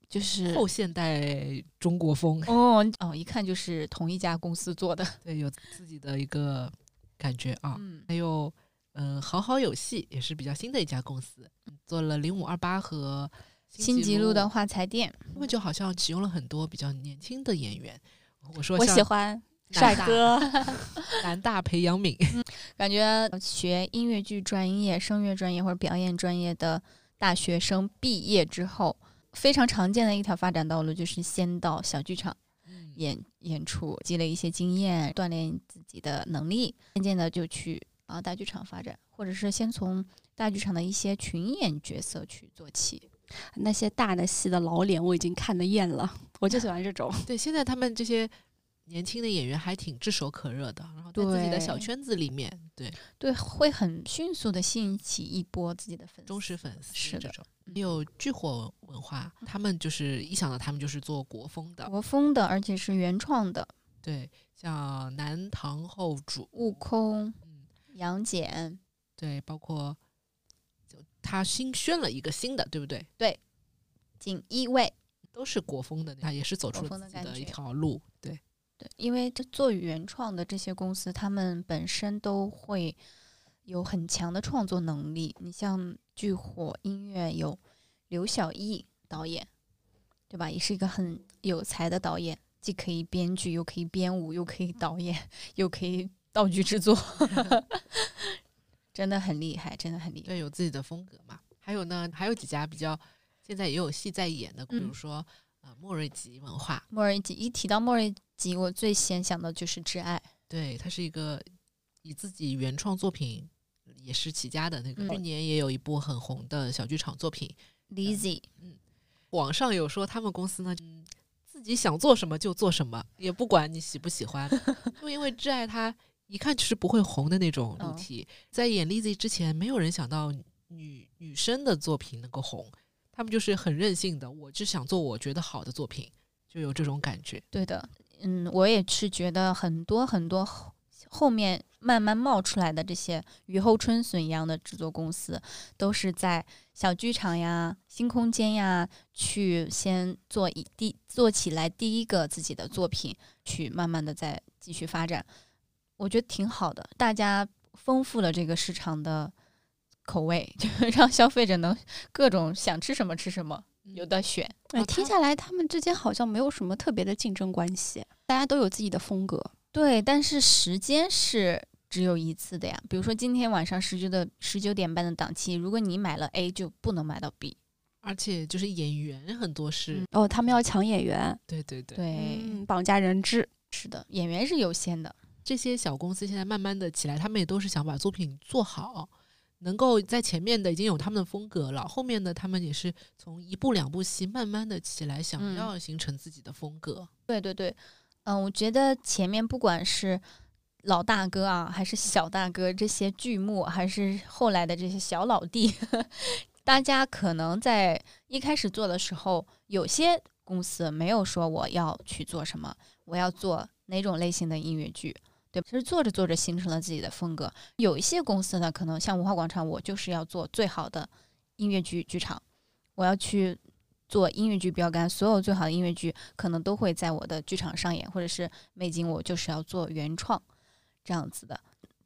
就是后现代中国风，哦哦，一看就是同一家公司做的。对，有自己的一个感觉啊。嗯，还有，嗯、好好有戏也是比较新的一家公司，做了零五二八和新极极路的画材店，他们就好像启用了很多比较年轻的演员。我说我像喜欢南帅大哥，南大裴阳敏，感觉呃学音乐剧专业、声乐专业或者表演专业的大学生毕业之后，非常常见的一条发展道路就是先到小剧场。嗯演演出，积累一些经验，锻炼自己的能力，渐渐的就去啊大剧场发展，或者是先从大剧场的一些群演角色去做起。那些大的戏的老脸我已经看得厌了，我就喜欢这 种。对，现在他们这些年轻的演员还挺炙手可热的，然后在自己的小对圈子里面，对对，会很迅速的吸引起一波自己的粉丝。忠实粉丝是这的嗯种，也有剧火文化，他们就是一想到他们就是做国风的，国风的，而且是原创的，对，像南唐后主，悟空、嗯，杨戬，对，包括就他新宣了一个新的，对不对？锦衣卫。都是国风的，他也是走国出了风自的己感的一觉条路，对。对，因为这做原创的这些公司，他们本身都会有很强的创作能力。你像巨火音乐有刘晓毅导演，对吧？也是一个很有才的导演，既可以编剧，又可以编舞，又可以导演，又可以道具制作， 真的很厉害，真的很厉害。对，有自己的风格嘛。还有呢，还有几家比较现在也有戏在演的，比如嗯说、呃莫瑞吉文化，莫瑞吉一提到莫瑞吉，我最先想到就是《挚爱》。对，它是一个以自己原创作品也是起家的那个，嗯去年也有一部很红的小剧场作品。 Lizzy，网上有说他们公司呢，嗯自己想做什么就做什么，也不管你喜不喜 欢，就因为挚爱它一看就是不会红的那种嗯路题。在演 Lizzy 之前，没有人想到女女生的作品能够红，他们就是很任性的，我就想做我觉得好的作品，就有这种感觉。对的，嗯，我也是觉得很多很多后后面慢慢冒出来的这些雨后春笋一样的制作公司，都是在小剧场呀、新空间呀去先做一第做起来第一个自己的作品，去慢慢的再继续发展。我觉得挺好的，大家丰富了这个市场的口味， 就是让消费者能各种想吃什么吃什么，有的选。哎哦听他下来他们之间好像没有什么特别的竞争关系，大家都有自己的风格。对，但是时间是只有一次的呀。比如说今天晚上十九的十九点半的档期，如果你买了 A 就不能买到 B。而且就是演员很多是，嗯哦，他们要抢演员，对对对，对，嗯，绑架人质。是的，演员是有限的。这些小公司现在慢慢的起来，他们也都是想把作品做好，能够在前面的已经有他们的风格了，后面的他们也是从一步两步戏慢慢的起来，想嗯要形成自己的风格。对对对，嗯，我觉得前面不管是老大哥啊，还是小大哥，这些剧目，还是后来的这些小老弟， 大家可能在一开始做的时候，有些公司没有说我要去做什么，我要做哪种类型的音乐剧。对，其实做着做着形成了自己的风格。有一些公司呢，可能像文化广场，我就是要做最好的音乐剧剧场，我要去做音乐剧标杆，所有最好的音乐剧可能都会在我的剧场上演，或者是美景，我就是要做原创这样子的。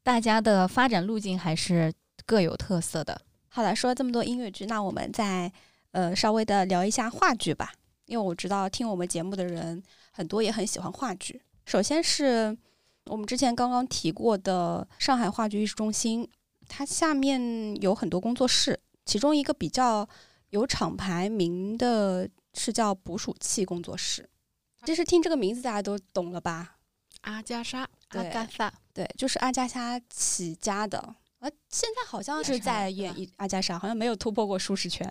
大家的发展路径还是各有特色的。好了，说了这么多音乐剧，那我们再呃稍微的聊一下话剧吧，因为我知道听我们节目的人很多也很喜欢话剧。首先是我们之前刚刚提过的上海话剧艺术中心，它下面有很多工作室，其中一个比较有厂牌名的是叫捕鼠器工作室。其实听这个名字大家都懂了吧？阿加莎，阿对嘎萨，对，就是阿加莎起家的。呃，现在好像是在演一阿加莎，好像没有突破过舒适圈。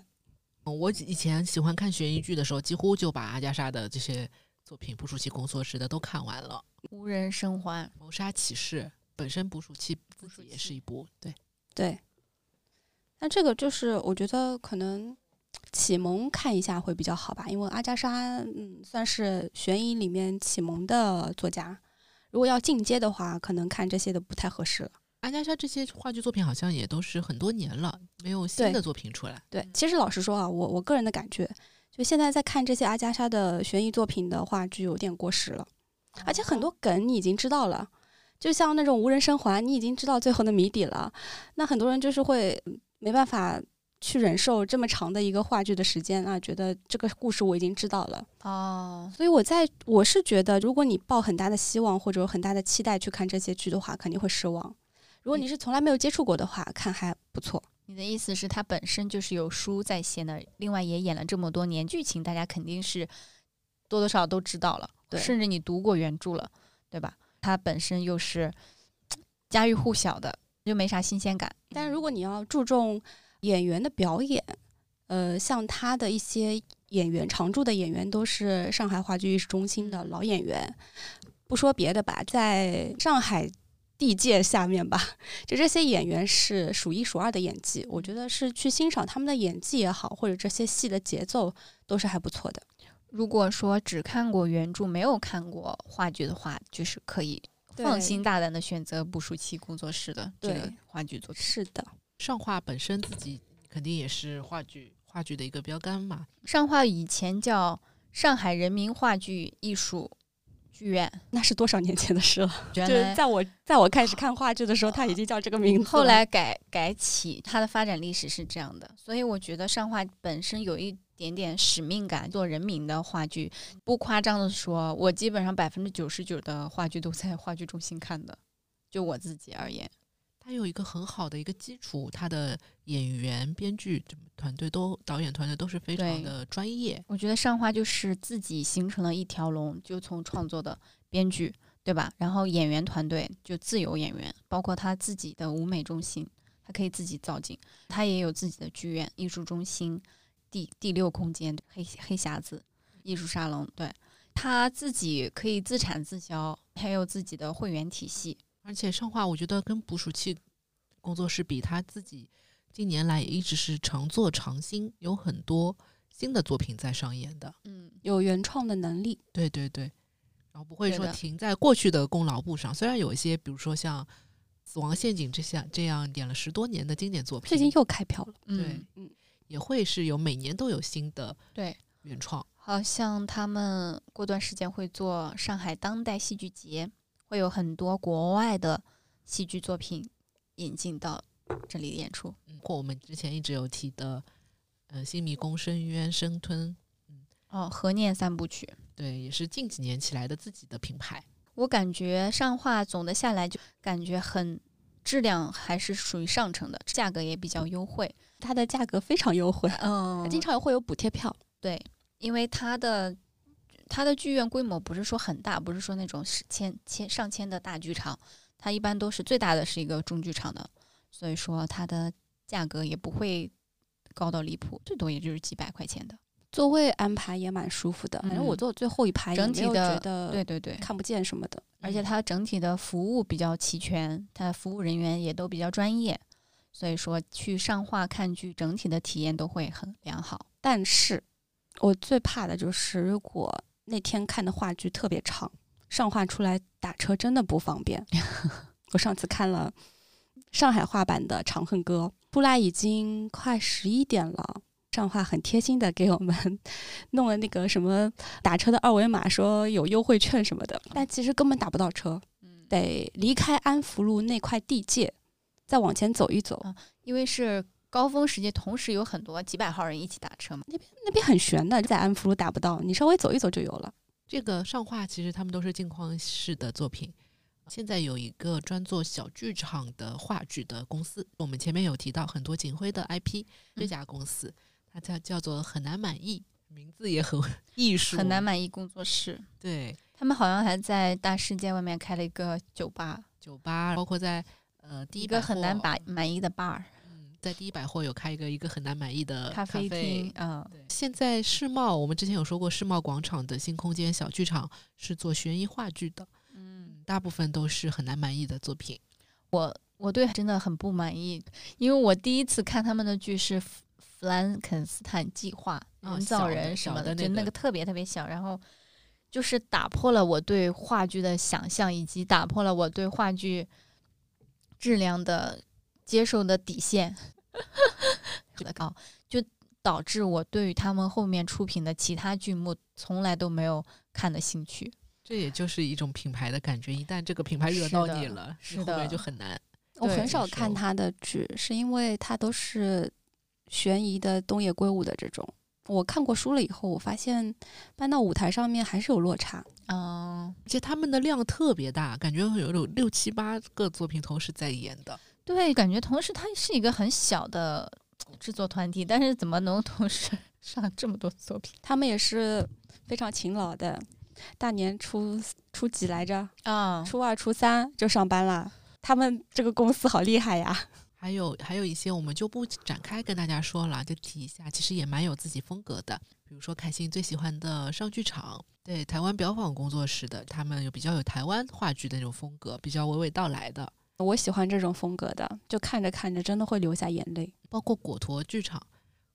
嗯我以前喜欢看悬疑剧的时候，几乎就把阿加莎的这些作品《捕鼠器工作室》的都看完了，无人生还， 《谋杀启示》本身《捕鼠器》自鼠己也器是一部对。对，那这个就是我觉得可能启蒙看一下会比较好吧，因为阿加莎嗯算是悬疑里面启蒙的作家，如果要进阶的话，可能看这些的不太合适了。阿加莎这些话剧作品好像也都是很多年了，没有新对的作品出来。对，其实老实说啊，我我个人的感觉，就现在在看这些阿加莎的悬疑作品的话，就有点过时了，而且很哦多梗你已经知道了。就像那种无人生还，你已经知道最后的谜底了，那很多人就是会嗯没办法去忍受这么长的一个话剧的时间啊，觉得这个故事我已经知道了。哦，所以我在我是觉得，如果你抱很大的希望或者有很大的期待去看这些剧的话，肯定会失望。如果你是从来没有接触过的话，看还不错。你的意思是，它本身就是有书在先的，另外也演了这么多年，剧情大家肯定是多多少少都知道了，对甚至你读过原著了，对吧？它本身又是家喻户晓的，就没啥新鲜感。但如果你要注重演员的表演，呃，像他的一些演员常驻的演员都是上海话剧艺术中心的老演员。不说别的吧，在上海地界下面吧，就这些演员是数一数二的演技。我觉得是去欣赏他们的演技也好，或者这些戏的节奏都是还不错的。如果说只看过原著，没有看过话剧的话，就是可以对放心大胆的选择捕鼠器工作室的这个对话剧作品。是的，上话本身自己肯定也是话剧话剧的一个标杆嘛，上话以前叫上海人民话剧艺术剧院，那是多少年前的事了？原就是来在我在我开始看话剧的时候，他已经叫这个名字了。后来改改起，它的发展历史是这样的，所以我觉得上话本身有一点点使命感，做人民的话剧。不夸张的说，我基本上百分之九十九的话剧都在话剧中心看的，就我自己而言。它有一个很好的一个基础，它的演员、编剧这么团队都导演团队都是非常对的专业。我觉得上花就是自己形成了一条龙，就从创作的编剧，对吧？然后演员团队就自由演员，包括他自己的舞美中心，他可以自己造景，他也有自己的剧院、艺术中心、第第六空间、黑黑匣子、艺术沙龙，对他自己可以自产自销，还有自己的会员体系。而且上话，我觉得跟捕鼠器工作室比，他自己近年来也一直是常做常新，有很多新的作品在上演的。嗯，有原创的能力。对对对，然后不会对说的停在过去的功劳簿上。虽然有一些，比如说像《死亡陷阱》这项这样演了十多年的经典作最近品，又开票了，对嗯，也会是有每年都有新的对原创。好像他们过段时间会做上海当代戏剧节，会有很多国外的戏剧作品引进到这里演出。嗯，或我们之前一直有提的，呃，《新迷宫深渊生吞》，哦，何念三部曲，对，也是近几年起来的自己的品牌。我感觉上画总的下来就感觉很质量还是属于上乘的，价格也比较优惠。它的价格非常优惠，嗯经常会有补贴票。对，因为它的它的剧院规模不是说很大，不是说那种是千千上千的大剧场，它一般都是最大的是一个中剧场的，所以说它的价格也不会高到离谱，最多也就是几百块钱的。座位安排也蛮舒服的，反正我嗯坐最后一排，整体没有的觉得对对对，呃看不见什么的。而且它整体的服务比较齐全，它的服务人员也都比较专业，所以说去上画看剧整体的体验都会很良好。但是我最怕的就是，如果那天看的话剧特别长，上画出来打车真的不方便。我上次看了上海话版的《长恨歌》，出来已经快十一点了。上画很贴心的给我们 弄了那个什么打车的二维码，说有优惠券什么的，但其实根本打不到车，嗯，得离开安福路那块地界，再往前走一走，因为是高峰时节，同时有很多几百号人一起打车嘛。那边很悬的，在安福路打不到，你稍微走一走就有了。这个上画其实他们都是镜框式的作品。现在有一个专做小剧场的话剧的公司，我们前面有提到很多景辉的 IP 嗯这家公司，它叫叫做很难满意，名字也很 艺术，很难满意工作室，对他们好像还在大世界外面开了一个酒吧，酒吧，包括在呃第一一个百很难货把满意的 bar 嗯，在第一百货有开一个一个很难满意的咖呃啡啡厅，嗯，对现在世贸，我们之前有说过，世贸广场的新空间小剧场是做悬疑话剧的，嗯，大部分都是很难满意的作品。我我对真的很不满意，因为我第一次看他们的剧是弗《弗兰肯斯坦计划》哦人造小人的什小么的那就那个个特别特别小，然后就是打破了我对话剧的想象，以及打破了我对话剧质量的接受的底线，哦，就导致我对于他们后面出品的其他剧目从来都没有看的兴趣。这也就是一种品牌的感觉，一旦这个品牌惹到是的你了，是你后面的就很难。我对很少是看他的剧，是因为他都是悬疑的东野圭吾的这种。我看过书了以后，我发现搬到舞台上面还是有落差。嗯，而且他们的量特别大，感觉会有有六七八个作品同时在演的。对，感觉同时它是一个很小的制作团体，但是怎么能同时 上这么多作品他们也是非常勤劳的，大年初初几来着？啊初二、初三就上班了。他们这个公司好厉害呀！ 还有还有一些我们就不展开跟大家说了，就提一下，其实也蛮有自己风格的。比如说凯欣最喜欢的上剧场，对台湾表坊工作室的，他们有比较有台湾话剧的那种风格，比较娓娓道来的。我喜欢这种风格的，就看着看着真的会流下眼泪。包括果陀剧场，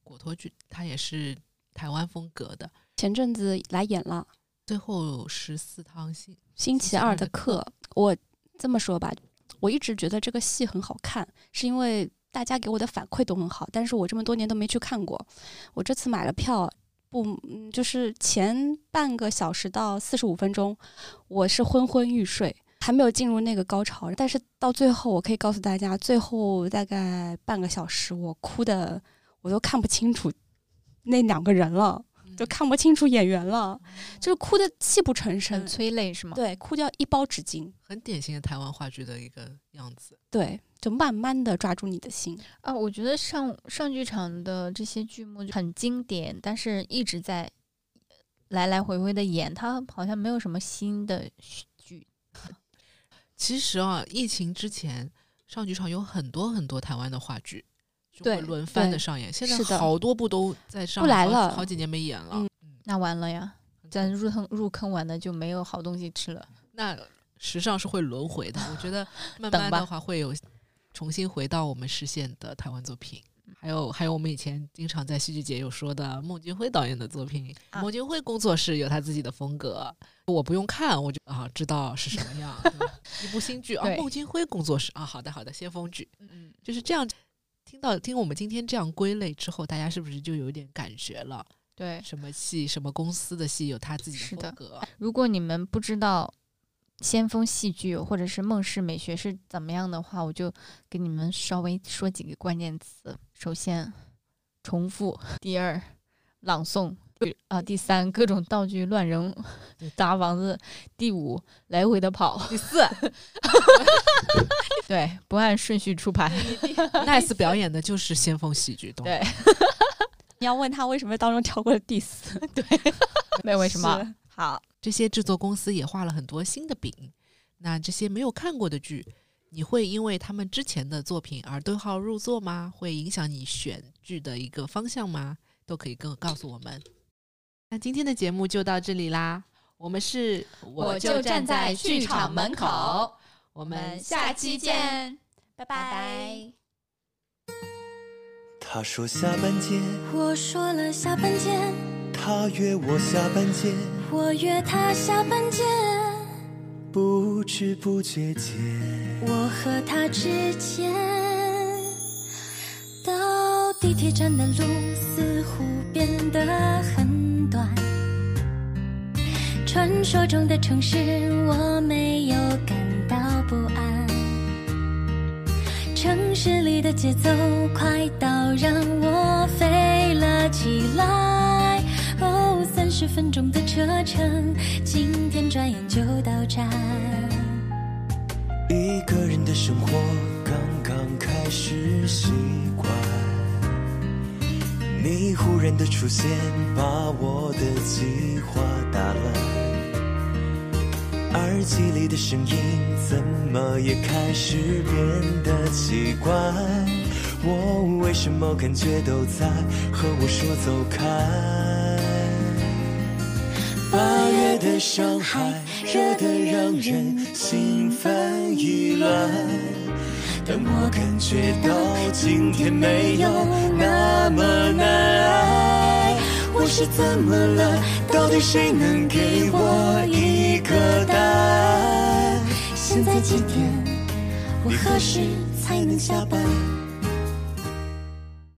果陀剧它也是台湾风格的。前阵子来演了，最后十四堂新星期期二二的的课，我这么说吧，我一直觉得这个戏很好看，是因为大家给我的反馈都很好，但是我这么多年都没去看过。我这次买了票，不，嗯就是前半个小时到四十五分钟，我是昏昏欲睡，还没有进入那个高潮。但是到最后，我可以告诉大家，最后大概半个小时，我哭的我都看不清楚那两个人了，就看不清楚演员了，就是哭的泣不成声很，催泪是吗？嗯对，哭掉一包纸巾，很典型的台湾话剧的一个样子。对，就慢慢的抓住你的心。啊，我觉得上上剧场的这些剧目就很经典，但是一直在来来回回的演，它好像没有什么新的剧。其实啊，疫情之前上剧场有很多很多台湾的话剧，就会对轮番的对上演。现在是的好多部都在上不来好了好几年没演了。嗯嗯，那完了呀，咱入坑入坑完了就没有好东西吃了。那时尚是会轮 回的。我觉得慢等慢嗯吧的话会有重新回到我们视线的台湾作品。还有还有我们以前经常在戏剧节有说的孟京辉导演的作品，啊孟京辉工作室有他自己的风格，我不用看我就啊知道是什么样。 对一部新剧啊，对孟京辉工作室啊，好的好的，先锋剧嗯，就是这样。听到听我们今天这样归类之后，大家是不是就有点感觉了？对，什么戏，什么公司的戏有他自己是的 风格，如果你们不知道先锋戏剧或者是梦氏美学是怎么样的话，我就给你们稍微说几个关键词。首先，重复；第二，朗诵；啊、第三，各种道具乱扔， 砸房子；第五，来回的跑；第四，对，不按顺序出牌。 nice 表演的就是先锋喜剧，懂吗对你要问他为什么当中跳过了第四？没有为什么？是？ 好，这些制作公司也画了很多新的饼。那这些没有看过的剧，你会因为他们之前的作品而对号入座吗？会影响你选剧的一个方向吗？都可以跟告诉我们。那今天的节目就到这里啦，我们是我就站在剧场门口，我我们们下期见。，拜拜拜。他说下半截，我说了下半截，他约我下半截，我约他下半截，不知不觉间，我和他之间，到地铁站的路似乎变得很短。传说中的城市，我没有感到不安。城市里的节奏快到让我飞了起来。哦，三十分钟的车程，今天转眼就到站。一个人的生活刚刚开始习惯。你忽然的出现，把我的计划打乱。耳机里的声音怎么也开始变得奇怪？我为什么感觉都在和我说走开？八月的上海，热得让人心烦意乱。但我感觉到今天没有那么难。我是怎么了？到底谁能给我一个答案？现在几点？我何时才能下班？